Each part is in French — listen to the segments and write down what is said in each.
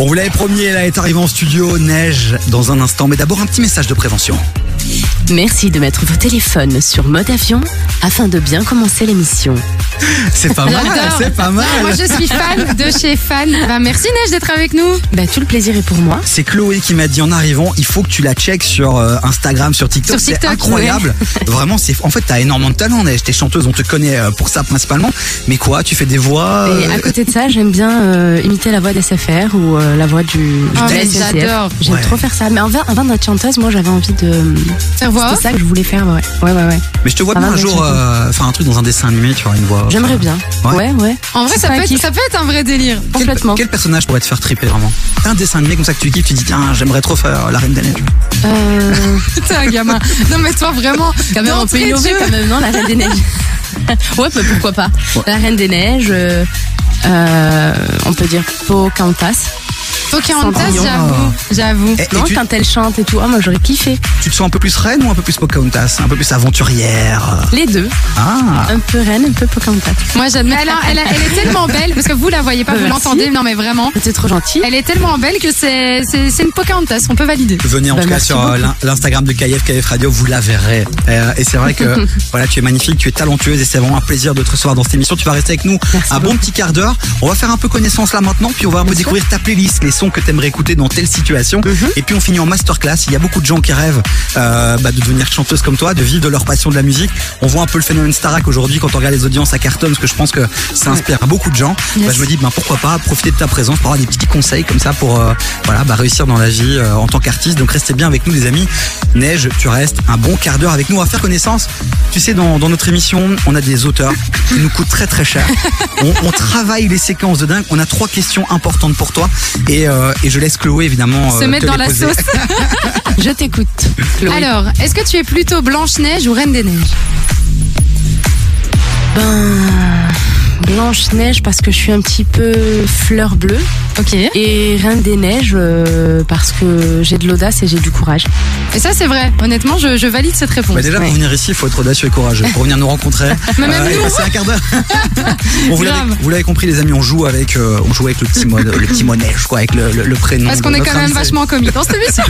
On vous l'avait promis, elle est arrivée en studio, neige dans un instant, mais d'abord un petit message de prévention. Merci de mettre vos téléphones sur mode avion afin de bien commencer l'émission. C'est pas mal, J'adore. c'est pas Ah, Moi, mal. je suis fan de chez Fan. Ben, merci Neige d'être avec nous. Bah, tout le plaisir est pour moi. C'est Chloé qui m'a dit en arrivant, il faut que tu la checkes sur euh, Instagram, sur TikTok. Sur C'est TikTok, incroyable. Vraiment, c'est en fait t'as énormément de talent. Neige. T'es chanteuse, on te connaît euh, pour ça principalement. Mais quoi, tu fais des voix. Et euh, à côté de ça, j'aime bien euh, imiter la voix d'SFR ou euh, la voix du. du Ah, mais SNCF. j'adore. J'aime Ouais. trop faire ça. Mais en vain, en vain d'être chanteuse, moi j'avais envie de. Faire voix C'est off. ça que je voulais faire, ouais. Ouais, ouais, ouais. Mais je te vois Ah, bien un ouais, jour j'adore. euh, faire un truc dans un dessin animé, tu vois une voix. J'aimerais bien. Ouais. Ouais, ouais. En vrai, C'est ça pas peut, un être, kiff. ça peut être un vrai délire. Quel- Complètement. Quel, personnage pourrait te faire triper vraiment T'as un dessin animé comme ça que tu kiffes, tu dis tiens j'aimerais trop faire la Reine des Neiges. Euh... Putain, gamin. Non, mais toi, vraiment. Quand même, on peut d'entrée de innover jeu. quand même, non La Reine des Neiges. ouais, bah, pourquoi pas. La Reine des Neiges, euh, euh, on peut dire Pocahontas. Pocahontas, Cendrillon. j'avoue. J'avoue. Et, et Non, tu, quand elle chante et tout, oh, moi j'aurais kiffé. tu te sens un peu plus reine ou un peu plus Pocahontas Un peu plus aventurière euh, Eh, Les deux, Ah un peu reine, un peu Pocahontas. Moi, j'admets. Elle, a- elle, a- elle est tellement belle parce que vous la voyez pas, vous Merci. l'entendez. Non, mais vraiment. T'es trop gentil. Elle est tellement belle que c'est c'est- c'est une Pocahontas. On peut valider. Venez en Bah, tout cas merci sur euh, beaucoup. l'in- l'Instagram de KF, KF Radio, vous la verrez. Euh, et c'est vrai que voilà, tu es magnifique, tu es talentueuse et c'est vraiment un plaisir de te recevoir dans cette émission. Tu vas rester avec nous Merci un bon beaucoup. petit quart d'heure. On va faire un peu connaissance là maintenant, puis on va un peu Bien sûr. Mhm. découvrir ta playlist, les sons que t'aimerais écouter dans telle situation. Et puis on finit en masterclass. Il y a beaucoup de gens qui rêvent euh, bah, de devenir chanteuse comme toi, de vivre de leur passion de la musique. On voit un peu le phénomène Starac aujourd'hui quand on regarde les audiences à Carton, parce que je pense que ça inspire beaucoup de gens. Yes. Bah, je me dis ben pourquoi pas profiter de ta présence pour avoir des petits conseils comme ça pour euh, voilà bah, réussir dans la vie euh, en tant qu'artiste. Donc restez bien avec nous les amis. Neige, tu restes un bon quart d'heure avec nous à faire connaissance. Tu sais dans, dans notre émission, on a des auteurs qui nous coûtent très très cher. On, on travaille les séquences de dingue. On a trois questions importantes pour toi et, euh, et je laisse Chloé évidemment Se euh, te mettre dans les la poser. sauce. Je t'écoute. Chloé. Alors, est-ce que tu es plutôt Blanche-Neige ou Reine des Neiges Ben, Blanche-Neige parce que je suis un petit peu fleur bleue. Ok. Et Et Reine des Neiges euh, parce que j'ai de l'audace et j'ai du courage. ça, c'est vrai. Honnêtement, je, je valide cette réponse. Bah, déjà pour Ouais. venir ici, il faut être audacieux et courageux. Pour venir nous rencontrer, Mais même et nous. passer un quart d'heure. Bon, vous l'avez- Grave. vous l'avez compris, les amis, on joue avec, euh, on joue avec le petit mot, le petit mot neige, quoi, avec le, le- le prénom. Parce de qu'on est notre quand même invité. vachement commis dans cette émission.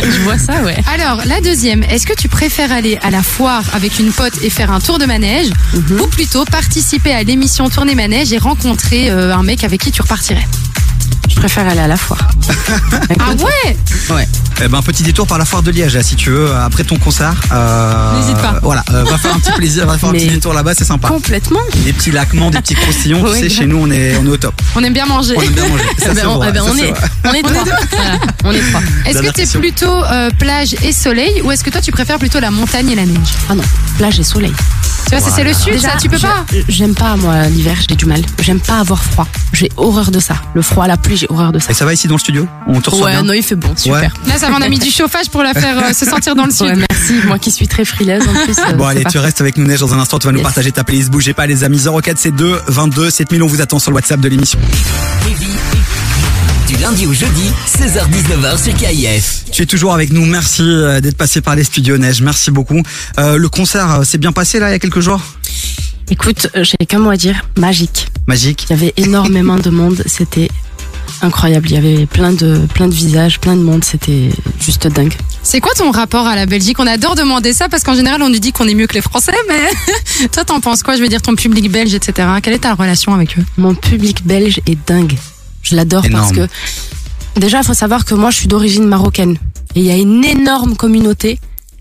Je vois ça, ouais. Alors, la deuxième, est-ce que tu préfères aller à la foire avec une pote et faire un tour de manège ou plutôt participer à l'émission Tournée Manège et rencontrer euh, un mec avec qui tu repartirais Je préfère aller à la foire. Ah ouais Ouais. Eh ben, petit détour par la foire de Liège, là, si tu veux, après ton concert. Euh, N'hésite pas. Voilà, euh, va faire un petit plaisir, va faire un Mais- petit détour là-bas, c'est sympa. Complètement. Des petits laquements, des petits croustillons, tu Ouais, sais, grave. chez nous, on est, on est au top. On aime bien manger. On aime bien manger. Ça, Eh c'est ben, on, vrai, eh ben, ça, on c'est est, vrai. on est trois. Voilà, on est trois. Est-ce que Dernière tu es question. plutôt euh, plage et soleil ou est-ce que toi tu préfères plutôt la montagne et la neige Ah non, là j'ai soleil. Tu vois, ça, c'est le sud, ça tu peux je- Ah. pas J'aime pas moi l'hiver, j'ai du mal. J'aime pas avoir froid. J'ai horreur de ça. Le froid, la pluie, j'ai horreur de ça. Et ça va ici dans le studio? On te reçoit Ouais, bien? non, il fait bon, super. Ouais. Là, ça va, on a mis du chauffage pour la faire euh, se sentir dans le sud. Ouais, merci, moi qui suis très frileuse en plus. euh, Ah Bon c'est allez, parti. tu restes avec nous Neige dans un instant, tu vas nous Yes. partager ta playlist, bougez pas les amis, 0472 22 7000, on vous attend sur le WhatsApp de l'émission. Du lundi au jeudi, 16h-19h sur KIF. Tu es toujours avec nous, merci euh, d'être passé par les studios Neige, merci beaucoup. Euh, le concert euh, s'est bien passé là il y a quelques jours Écoute, euh, j'ai qu'un mot à dire, magique. Magique. Il y avait énormément de monde, c'était incroyable. Il y avait plein de, plein de visages, plein de monde, c'était juste dingue. C'est quoi ton rapport à la Belgique On adore demander ça parce qu'en général on nous dit qu'on est mieux que les Français, mais toi t'en penses quoi Je veux dire ton public belge, etc. Quelle est ta relation avec eux Mon public belge est dingue. Je l'adore parce Énorme. que déjà, il faut savoir que moi, je suis d'origine marocaine. Et il y a une énorme communauté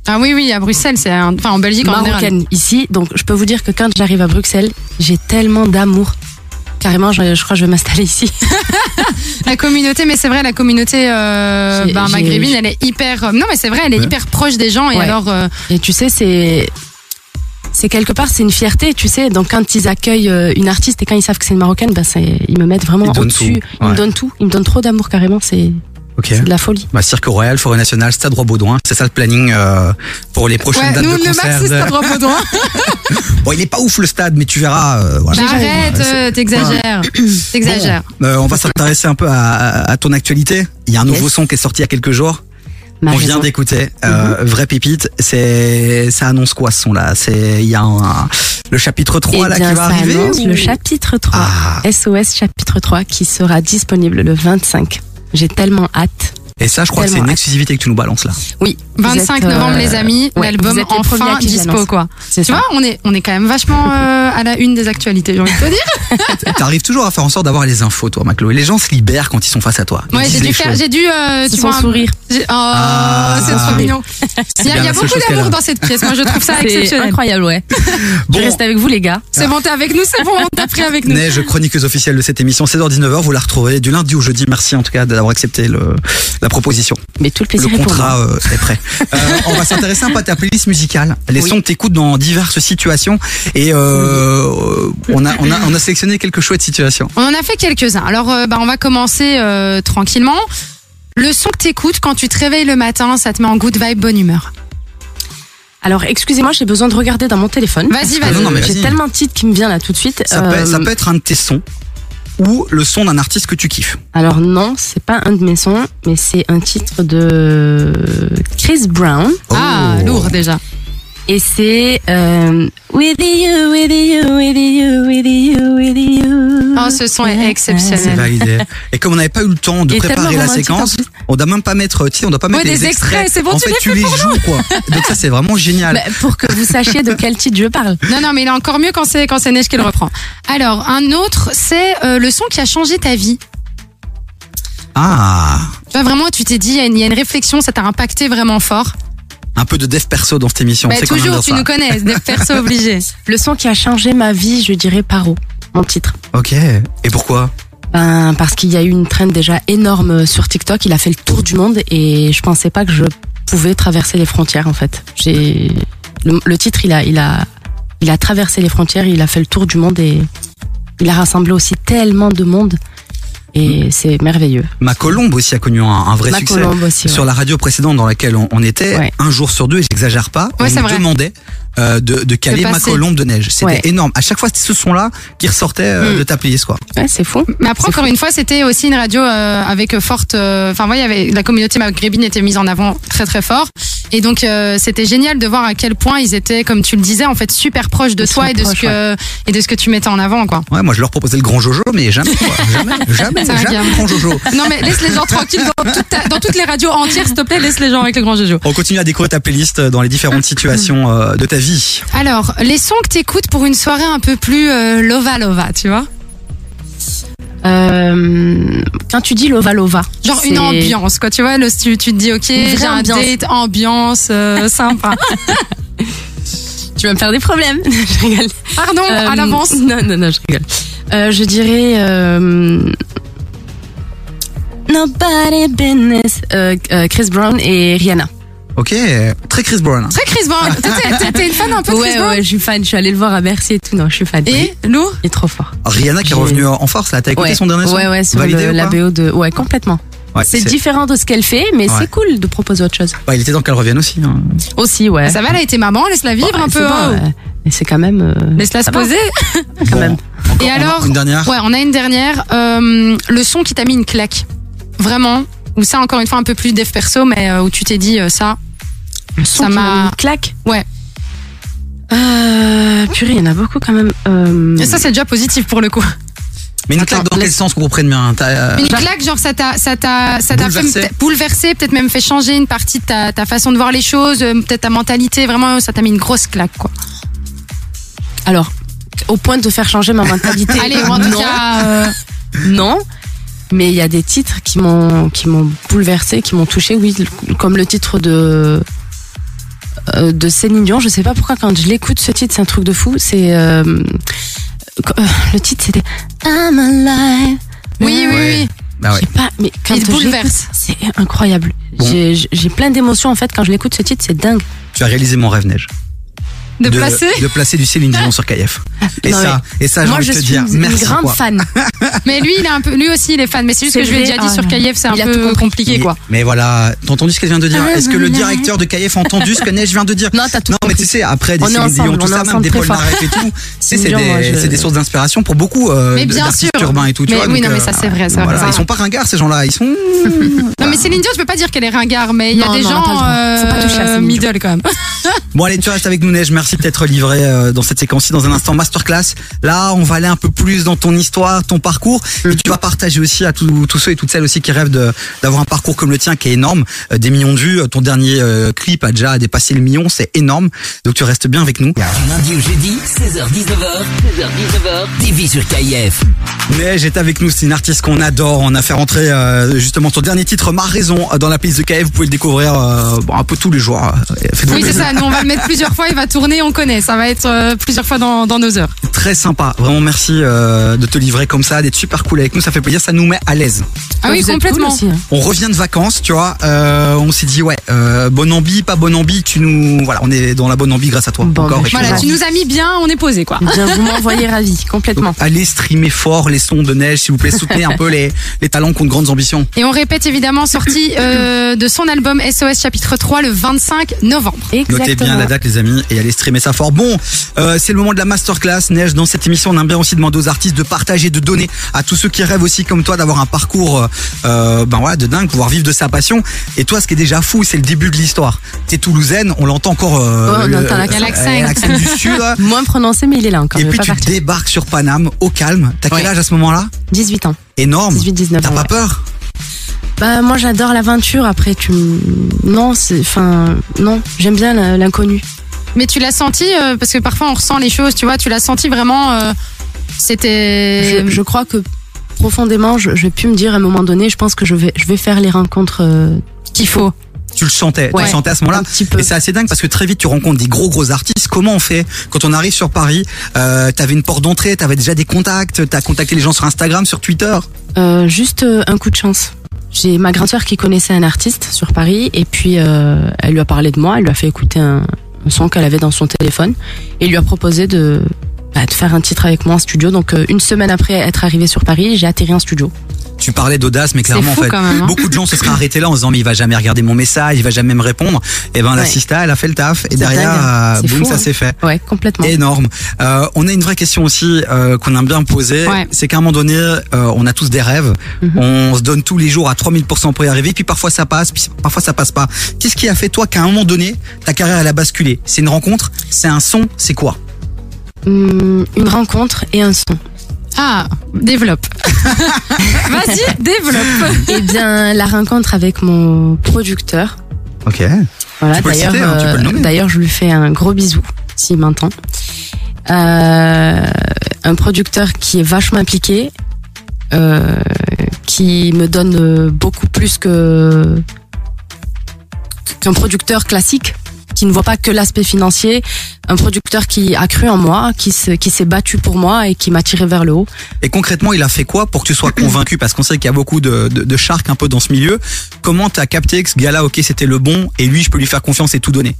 Ah oui, oui, à Bruxelles, c'est un- enfin en Belgique en général. marocaine ici. Donc, je peux vous dire que quand j'arrive à Bruxelles, j'ai tellement d'amour. Carrément, je, je crois que je vais m'installer ici. La communauté, mais c'est vrai, la communauté euh, J'ai- ben, j'ai- maghrébine, elle est hyper. euh, Non, mais c'est vrai, elle est Ouais. hyper proche des gens. Et Ouais. alors, euh, Et tu sais, c'est. C'est quelque part, c'est une fierté, tu sais. Donc, quand ils accueillent euh, une artiste et quand ils savent que c'est une marocaine, ben, c'est, ils me mettent vraiment Ils donnent au-dessus. tout, Ils ouais. me donnent tout. Ils me donnent trop d'amour, carrément. C'est, Ok. c'est de la folie. Bah, Cirque Royal, Forêt Nationale, Stade Roi Baudouin, c'est ça le planning euh, pour les prochaines ouais, dates nous, de le max, concerts. c'est Stade Roi-Baudouin. Bon, il est pas ouf le stade, mais tu verras. euh, voilà. Bah, Arrête, Ouais, c'est- euh, t'exagères. T'exagères. Euh, on va s'intéresser un peu à, à- à ton actualité. Il y a un nouveau Yes. son qui est sorti il y a quelques jours. Ma on vient raison. Mhm. d'écouter. Euh, Vrai pépite. C'est ça annonce quoi ce son là C'est il y a un- le chapitre 3 Eh là bien, qui va ça arriver. annonce ou- le chapitre 3. Ah. SOS chapitre 3 qui sera disponible le 25. J'ai tellement hâte. Et ça, je crois que c'est Tellement une hâte. exclusiivité que tu nous balances là. Oui. vous 25 êtes, euh, novembre, les amis, ouais, vous l'album êtes les premiers à enfin qui je dispo, l'annonce. quoi. C'est Tu ça. vois, on est, on est quand même vachement euh, à la une des actualités, j'ai envie de te dire. T'arrives toujours à faire en sorte d'avoir les infos, toi, Maclo. Et les gens se libèrent quand ils sont face à toi. Ils Ouais, disent j'ai dû les faire, choses. j'ai dû, euh, C'est tu son vois, un- sourire. j'ai- Oh, Ah. c'est trop mignon. Il y a, bien il y la a seule beaucoup chose qu'elle d'amour a. dans cette pièce. Moi, je trouve ça C'est exceptionnel. incroyable, ouais. Bon. Je reste avec vous, les gars. C'est bon, t'es avec nous, c'est bon, t'as pris avec nous. Neige, chroniqueuse officielle de cette émission, 16h-19h, vous la retrouvez du lundi au jeudi. Merci en tout cas d'avoir accepté le, la proposition. Mais tout le Le plaisir est pour moi. contrat euh, est prêt. Euh, on va s'intéresser un peu à ta playlist musicale. Les Oui. sons que t'écoutes dans diverses situations. Et euh, on, a, on, a, on a sélectionné quelques chouettes situations. On en a fait quelques-uns. Alors, euh, bah, on va commencer euh, tranquillement. Le son que t'écoutes quand tu te réveilles le matin, ça te met en good vibe, bonne humeur. Alors, excusez-moi, j'ai besoin de regarder dans mon téléphone. Vas-y, Ah vas-y. non, non, mais J'ai vas-y. tellement de titres qui me viennent là tout de suite. Ça, Euh, peut, ça peut être un de tes sons ou le son d'un artiste que tu kiffes. Alors non, c'est pas un de mes sons, mais c'est un titre de Chris Brown Ah, Oh. lourd déjà. et c'est euh, With you, with you, with you, with you, with you. Oh, ce son est Ouais. C'est exceptionnel. validé. Et comme on n'avait pas eu le temps de Il est préparer tellement la romantique, séquence, en plus. on doit même pas mettre, tu sais, on doit pas mettre Ouais, des extraits, c'est bon, en tu fait, les tu fais les joues, quoi. Donc ça, c'est vraiment génial. Bah, pour que vous sachiez de quel titre je parle. Non, non, mais il est encore mieux quand c'est quand c'est Neige qui le reprend. Alors, un autre, c'est euh, le son qui a changé ta vie. Ah, Tu vois, vraiment, tu t'es dit, il y a une- il y, a une réflexion, ça t'a impacté vraiment fort. un peu de dev perso dans cette émission. Bah, on sait qu'on aime toujours, bien tu ça. nous connais, des perso obligés. Le son qui a changé ma vie, je dirais Paro, mon titre. Ok. Et pourquoi Ben, parce qu'il y a eu une traîne déjà énorme sur TikTok, il a fait le tour du monde et je pensais pas que je pouvais traverser les frontières en fait. J'ai le, le titre, il a, il a, il a traversé les frontières, il a fait le tour du monde et il a rassemblé aussi tellement de monde et c'est merveilleux. Ma Colombe aussi a connu un, un Mm. vrai Ma succès. Colombe aussi. ouais. Sur la radio précédente dans laquelle on, on était, Ouais. un jour sur deux, et j'exagère pas, Ouais, on c'est nous vrai. demandait euh, de, de caler ma passer. colombe de neige. C'était Ouais. énorme. À chaque fois, c'était ce son-là qui ressortait euh, Mm. de ta playlist, quoi. Ouais, c'est fou. Mais après, encore une fois, c'était aussi une radio euh, avec forte. euh, Enfin, ouais, il y avait la communauté maghrébine était mise en avant très très fort. Et donc, euh, c'était génial de voir à quel point ils étaient, comme tu le disais, en fait, super proches de Ils toi sont et de proches, ce que et de ce que tu mettais en avant, quoi. Ouais, moi, je leur proposais le grand Jojo, mais jamais, quoi. jamais, jamais, Ça va jamais bien. le grand Jojo. Non, mais laisse les gens tranquilles dans, toute ta- dans toutes les radios entières, s'il te plaît. Laisse les gens avec le grand Jojo. On continue à découvrir ta playlist euh, dans les différentes situations euh, de ta vie. Alors, les sons que t'écoutes pour une soirée un peu plus euh, lova lova, tu vois. Euh, quand tu dis Lova Lova, Genre une c'est- ambiance, quoi. Tu vois, le, tu, tu te dis, ok, Une vraie j'ai un ambiance. date, ambiance, euh, sympa. Tu vas me faire des problèmes. je rigole. Pardon, Euh, à l'avance. Non, non, non, je rigole. Euh, je dirais. euh, Nobody business. euh, euh, Chris Brown et Rihanna. Ok, très Chris Brown. hein. Très Chris Brown. Toi, t'es- t'es- T'es une fan un peu de Chris Ouais, Brown ouais, je suis fan. Je suis allée le voir à Bercy et tout. Non, je suis fan. Et Lou Il est trop fort. Rihanna qui est J'ai- revenue en force, là. T'as écouté ouais, son dernier son ouais, ouais, sur Validé le- ou pas la BO de. Ouais, complètement. Ouais, c'est différent de ce qu'elle fait, mais Ouais. c'est cool de proposer autre chose. Bah, il était temps qu'elle revienne aussi. hein. Aussi, ouais. Ça va, elle a été maman, laisse-la vivre Ouais, un c'est peu. bon, hein. ouais. euh, Mais c'est quand même. euh, Laisse-la se ça va, poser. Quand Bon, même. encore- Et on a alors Une Ah. dernière Ouais, on a une dernière. euh, le son qui t'a mis une claque. Vraiment. Ou ça, encore une fois, un peu plus dev perso, mais euh, où tu t'es dit euh, ça. Le son Ça qui m'a- m'a mis une claque. Ouais. Euh, purée, il y en a beaucoup quand même. Euh, Et ça, c'est déjà positif pour le coup. Mais une Attends, claque dans quel laisse- sens qu'on comprenne bien T'as, euh, Une bah. claque, genre, ça t'a, ça t'a, ça t'a fait Bouleversé. peut-être bouleversé, peut-être même fait changer une partie de ta, ta façon de voir les choses, euh, peut-être ta mentalité. Vraiment, ça t'a mis une grosse claque, quoi. Alors, au point de faire changer ma mentalité. Allez, en tout non, cas, euh, non. Mais il y a des titres qui m'ont qui m'ont bouleversé, qui m'ont touché. Oui, le- comme le titre de euh, de Céline Dion. Je sais pas pourquoi quand je l'écoute ce titre, c'est un truc de fou. C'est euh, quand- euh, le titre, c'était I'm alive. oui, oui, oui. Bah ouais. Je sais pas, mais quand Il te je bouleverse. l'écoute, c'est incroyable. Bon. J'ai j'ai plein d'émotions en fait quand je l'écoute ce titre, c'est dingue. Tu as réalisé mon rêve, Neige. De, placer. De placer du Céline Dion sur KF. Et Non, ça, et ça, Ah, j'ai Moi, envie je de te suis dire une merci. grande quoi. fan. Mais lui, il est un peu, lui aussi, il est fan. Mais c'est juste C'est que je lui ai vrai, déjà dit oh sur là là. Kiev, c'est un Il a tout peu compris. compliqué, Mais- quoi. Mais voilà, t'as entendu ce qu'elle vient de dire Est-ce que le directeur de KF a entendu ce que Neige vient de dire Non, t'as tout Non, mais tu compris. sais, après des On est Céline Dion, ensemble, tout on est ça, même ensemble des très Paul fort. Naref et tout, tu sais, c'est Dion, moi, des, je- c'est des sources d'inspiration pour beaucoup euh, Mais bien d'artistes sûr. urbains et tout. Tu Mais vois, oui, donc, non, mais euh, ça, c'est vrai, ça, voilà. vraiment. Ils sont pas ringards, ces gens-là. Ils sont. Non, mais Céline Dion, je peux pas dire qu'elle est ringarde, mais il y a Non, des non, gens t'as raison. Faut pas toucher à euh, Céline Dion. middle quand même. Bon allez, tu restes avec nous Neige, merci d'être livré euh, dans cette séquence-ci dans un instant masterclass. Là, on va aller un peu plus dans ton histoire, ton parcours. Et tu vas partager aussi à tous tous ceux et toutes celles aussi qui rêvent de- d'avoir un parcours comme le tien qui est énorme, euh, des millions de vues. Euh, Ton dernier euh, clip a déjà dépassé le million, c'est énorme. Donc tu restes bien avec nous. Du lundi au jeudi, 16h-19h. 16h-19h. TV sur KIF. Neige est avec nous, c'est une artiste qu'on adore. On a fait rentrer euh, justement ton dernier titre, Ma Raison, euh, dans la playlist de KF. Vous pouvez le découvrir euh, bon, un peu tous les jours. Euh, faites-vous Oui, c'est plaisir. ça. Nous, on va le mettre plusieurs fois. Il va tourner. On connaît. Ça va être euh, plusieurs fois dans, dans nos heures. Très sympa. Vraiment merci euh, de te livrer comme ça, d'être super cool avec nous. Ça fait plaisir, ça nous met à l'aise. Ah oui, Vous êtes complètement. cool aussi, hein. On revient de vacances, tu vois. euh, on s'est dit ouais, euh, bonne ambi, pas bonne ambi. Tu nous, voilà, on est dans la bonne ambi grâce à toi. Bon, Encore. bah, et Voilà, toujours. tu nous as mis bien. On est posé, quoi. Eh Bien, vous m'envoyez ravi, complètement. Donc, allez streamer fort les sons de neige, s'il vous plaît. Soutenez un peu les, les talents qui ont de grandes ambitions. Et on répète évidemment sortie euh, de son album SOS chapitre 3 le 25 novembre. Exactement. Notez bien la date, les amis, et allez streamer ça fort. Bon, euh, c'est le moment de la masterclass. Neige, dans cette émission, on aime bien aussi demander aux artistes de partager, de donner à tous ceux qui rêvent aussi, comme toi, d'avoir un parcours euh, euh, ben voilà, de dingue, pouvoir vivre de sa passion. Et toi, ce qui est déjà fou, c'est le début de l'histoire. T'es toulousaine, on l'entend encore. euh, Ouais, Oh, on le- entend l'accent. euh, l'accent du Sud. là. Moins prononcé, mais il est là encore. Et il va puis pas tu partir. débarques sur Paname, au calme. T'as quel Ouais. âge à ce moment-là 18 ans, Énorme. 18-19 T'as ans. pas ouais. peur Bah, moi, j'adore l'aventure. Après, tu. m- Non, c'est. Enfin, non, j'aime bien la- l'inconnu. Mais tu l'as senti euh, parce que parfois on ressent les choses, tu vois, tu l'as senti vraiment euh, c'était Je, je crois que profondément, je, je vais plus me dire à un moment donné, je pense que je vais, je vais faire les rencontres euh, qu'il faut. Tu le sentais. Tu Ouais. le sentais à ce moment-là un petit peu. Et c'est assez dingue parce que très vite tu rencontres des gros gros artistes. Comment on fait quand on arrive sur Paris euh, T'avais une porte d'entrée, t'avais déjà des contacts, t'as contacté les gens sur Instagram, sur Twitter. Euh, juste euh, un coup de chance. J'ai ma grande sœur qui connaissait un artiste sur Paris et puis euh, elle lui a parlé de moi, elle lui a fait écouter un, un son qu'elle avait dans son téléphone et lui a proposé de, bah, de faire un titre avec moi en studio. Donc euh, une semaine après être arrivée sur Paris, j'ai atterri en studio. Tu parlais d'audace, mais clairement fou en fait, quand même, hein. beaucoup de gens se seraient arrêtés là en se disant mais il va jamais regarder mon message, il va jamais me répondre. Et ben la Ouais. Sista, elle a fait le taf et derrière, dingue. euh, C'est boum, fou, ça hein. s'est fait. Ouais, complètement. Énorme. Euh, on a une vraie question aussi euh, qu'on aime bien poser. Ouais. C'est qu'à un moment donné, euh, on a tous des rêves. On se donne tous les jours à 3000% pour y arriver. Puis parfois ça passe, puis parfois ça passe pas. Qu'est-ce qui a fait toi qu'à un moment donné, ta carrière elle a basculé C'est une rencontre C'est un son C'est quoi Hum, une rencontre et un son. Ah, développe. Vas-y, développe. Eh bien la rencontre avec mon producteur, Ok. Voilà, Tu peux le d'ailleurs, citer, hein, tu peux le euh, nommer. d'ailleurs, je lui fais un gros bisou s'il m'entend. Euh, un producteur qui est vachement impliqué, euh, qui me donne euh, beaucoup plus que qu'un producteur classique qui ne voit pas que l'aspect financier, un producteur qui a cru en moi, qui se, qui s'est battu pour moi et qui m'a tiré vers le haut. Et concrètement, il a fait quoi pour que tu sois convaincu Parce qu'on sait qu'il y a beaucoup de, de, de sharks un peu dans ce milieu. Comment t'as capté que ce gars-là, ok, c'était le bon et lui, je peux lui faire confiance et tout donner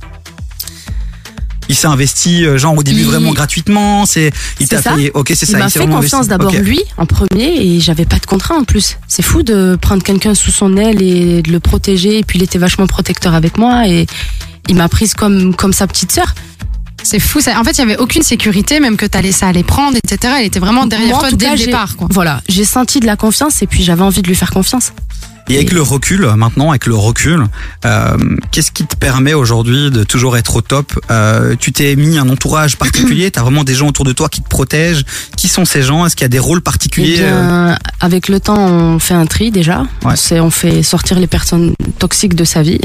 il s'est investi, euh, genre au début Il- vraiment gratuitement. C'est, il C'est t'a ça. fait, ok, c'est ça. il m'a s'est fait vraiment confiance investi. d'abord Ok. lui en premier et j'avais pas de contrat en plus. C'est fou de prendre quelqu'un sous son aile et de le protéger et puis il était vachement protecteur avec moi et il m'a prise comme comme sa petite sœur. C'est fou ça. En fait, il y avait aucune sécurité même que t'allais ça aller prendre etc. Elle était vraiment derrière Moi, en toi tout dès cas, le j'ai- départ quoi. Voilà, j'ai senti de la confiance et puis j'avais envie de lui faire confiance. Et avec le recul, maintenant, avec le recul, euh, qu'est-ce qui te permet aujourd'hui de toujours être au top Euh, Tu t'es mis un entourage particulier, t'as vraiment des gens autour de toi qui te protègent. Qui sont ces gens Est-ce qu'il y a des rôles Eh particuliers euh, bien, avec le temps, on fait un tri déjà. Ouais. On sait- On fait sortir les personnes toxiques de sa vie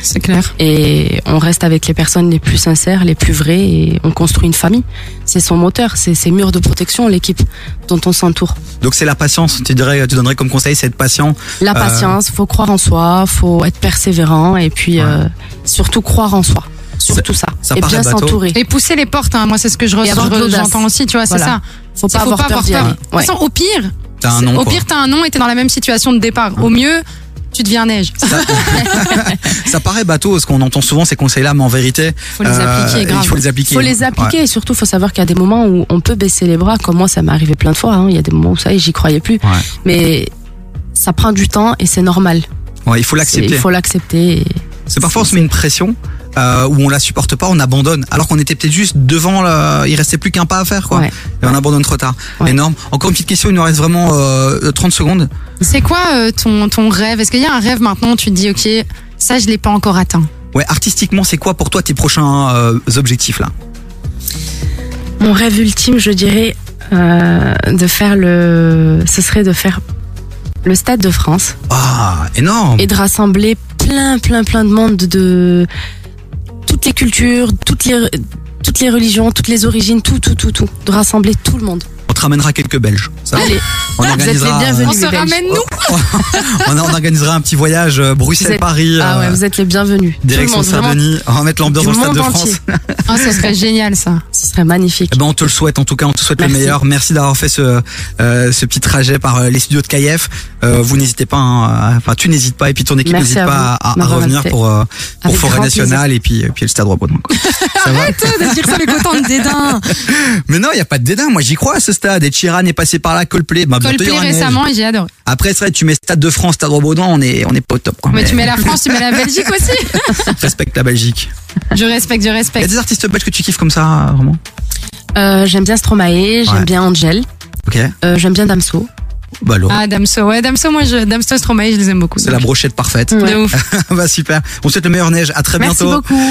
C'est clair. et on reste avec les personnes les plus sincères, les plus vraies et on construit une famille. C'est son moteur, c'est ses murs de protection, l'équipe dont on s'entoure. Donc c'est la patience. Tu dirais, tu donnerais comme conseil, c'est être patient. La Euh, patience, faut croire en soi, faut être persévérant et puis Ouais. euh, surtout croire en soi. Surtout ça. ça et paraît bien bateau. s'entourer. Et pousser les portes hein. moi c'est ce que je avoir de ressens, l'audace. j'entends aussi, tu vois, c'est Voilà. ça. Faut pas Faut avoir peur d'y aller. De toute Ouais. façon, au pire, T'as un c'est- nom. au quoi. pire t'as un nom et t'es dans la même situation de départ. Au mieux, tu deviens neige. Ça, ça paraît bateau. Ce qu'on entend souvent ces conseils-là, mais en vérité, Faut les appliquer, grave. Euh, il faut les appliquer. Faut les appliquer et surtout faut savoir qu'il y a des moments où on peut baisser les bras, comme moi ça m'est arrivé plein de fois. hein. Il y a des moments où ça y est, j'y croyais plus. Ouais. Mais ça prend du temps et c'est normal. Ouais. Ouais, il faut C'est- Il l'accepter. faut l'accepter. et- C'est parfois on se met une pression euh, où on la supporte pas, on abandonne. Alors qu'on était peut-être juste devant, le- il restait plus qu'un pas à faire, quoi. Ouais. Et on abandonne trop tard. Ouais. Énorme. Encore une petite question, il nous reste vraiment euh, 30 secondes. C'est quoi euh, ton, ton rêve Est-ce qu'il y a un rêve maintenant où tu te dis, ok, ça je l'ai pas encore atteint Ouais, artistiquement, c'est quoi pour toi tes prochains euh, objectifs là Mon rêve ultime, je dirais, euh, de faire le, ce serait de faire le stade de France Ah, énorme et de rassembler plein, plein, plein de monde de toutes les cultures, toutes les, toutes les religions, toutes les origines, tout, tout, tout, tout, de rassembler tout le monde. On te ramènera quelques Belges. Ça, Allez, on vous êtes les bienvenus. On les se Belges. ramène nous on, on organisera un petit voyage euh, Bruxelles-Paris. ah ouais, euh, vous êtes les bienvenus. Tout le Direction monde, vraiment, Saint-Denis, on va mettre l'ambiance du dans le stade monde de entier. France. Ah, ce serait génial ça. Ce serait magnifique. Eh ben, on te le souhaite en tout cas, on te souhaite le Merci. meilleur. Merci d'avoir fait ce, euh, ce petit trajet par euh, les studios de KF. Euh, vous n'hésitez pas, hein, à- enfin tu n'hésites pas et puis ton équipe Merci n'hésite à pas vous à, à d'avoir revenir invité. pour, euh, pour Avec Forêt grand Nationale et puis, et puis le Stade Roi Baudouin. quoi. Ça va Arrête de dire ça avec autant de dédain. Mais non, il y a pas de dédain, moi j'y crois à ce stade. Et Chiran est passé par là, Coldplay. Ben, bientôt, il y Coldplay aura neige. récemment et j'ai adoré. Après c'est vrai, tu mets Stade de France, Stade Roi Baudouin, on est, on est pas au top. Quoi. Mais tu mets la France, tu mets la Belgique aussi. Respecte la Belgique. Je respecte, Il je y a respecte. des artistes belges que tu kiffes comme ça, euh, vraiment Euh, j'aime bien Stromae, Ouais. j'aime bien Angel, Ok. euh, j'aime bien Damso. Bah alors, Ah, Damso, ouais, Damso, moi, je, Damso Stromae, je les aime beaucoup. Mm. c'est la brochette parfaite. De ouf. bah super. On te souhaite le meilleur neige. À très Merci bientôt. beaucoup.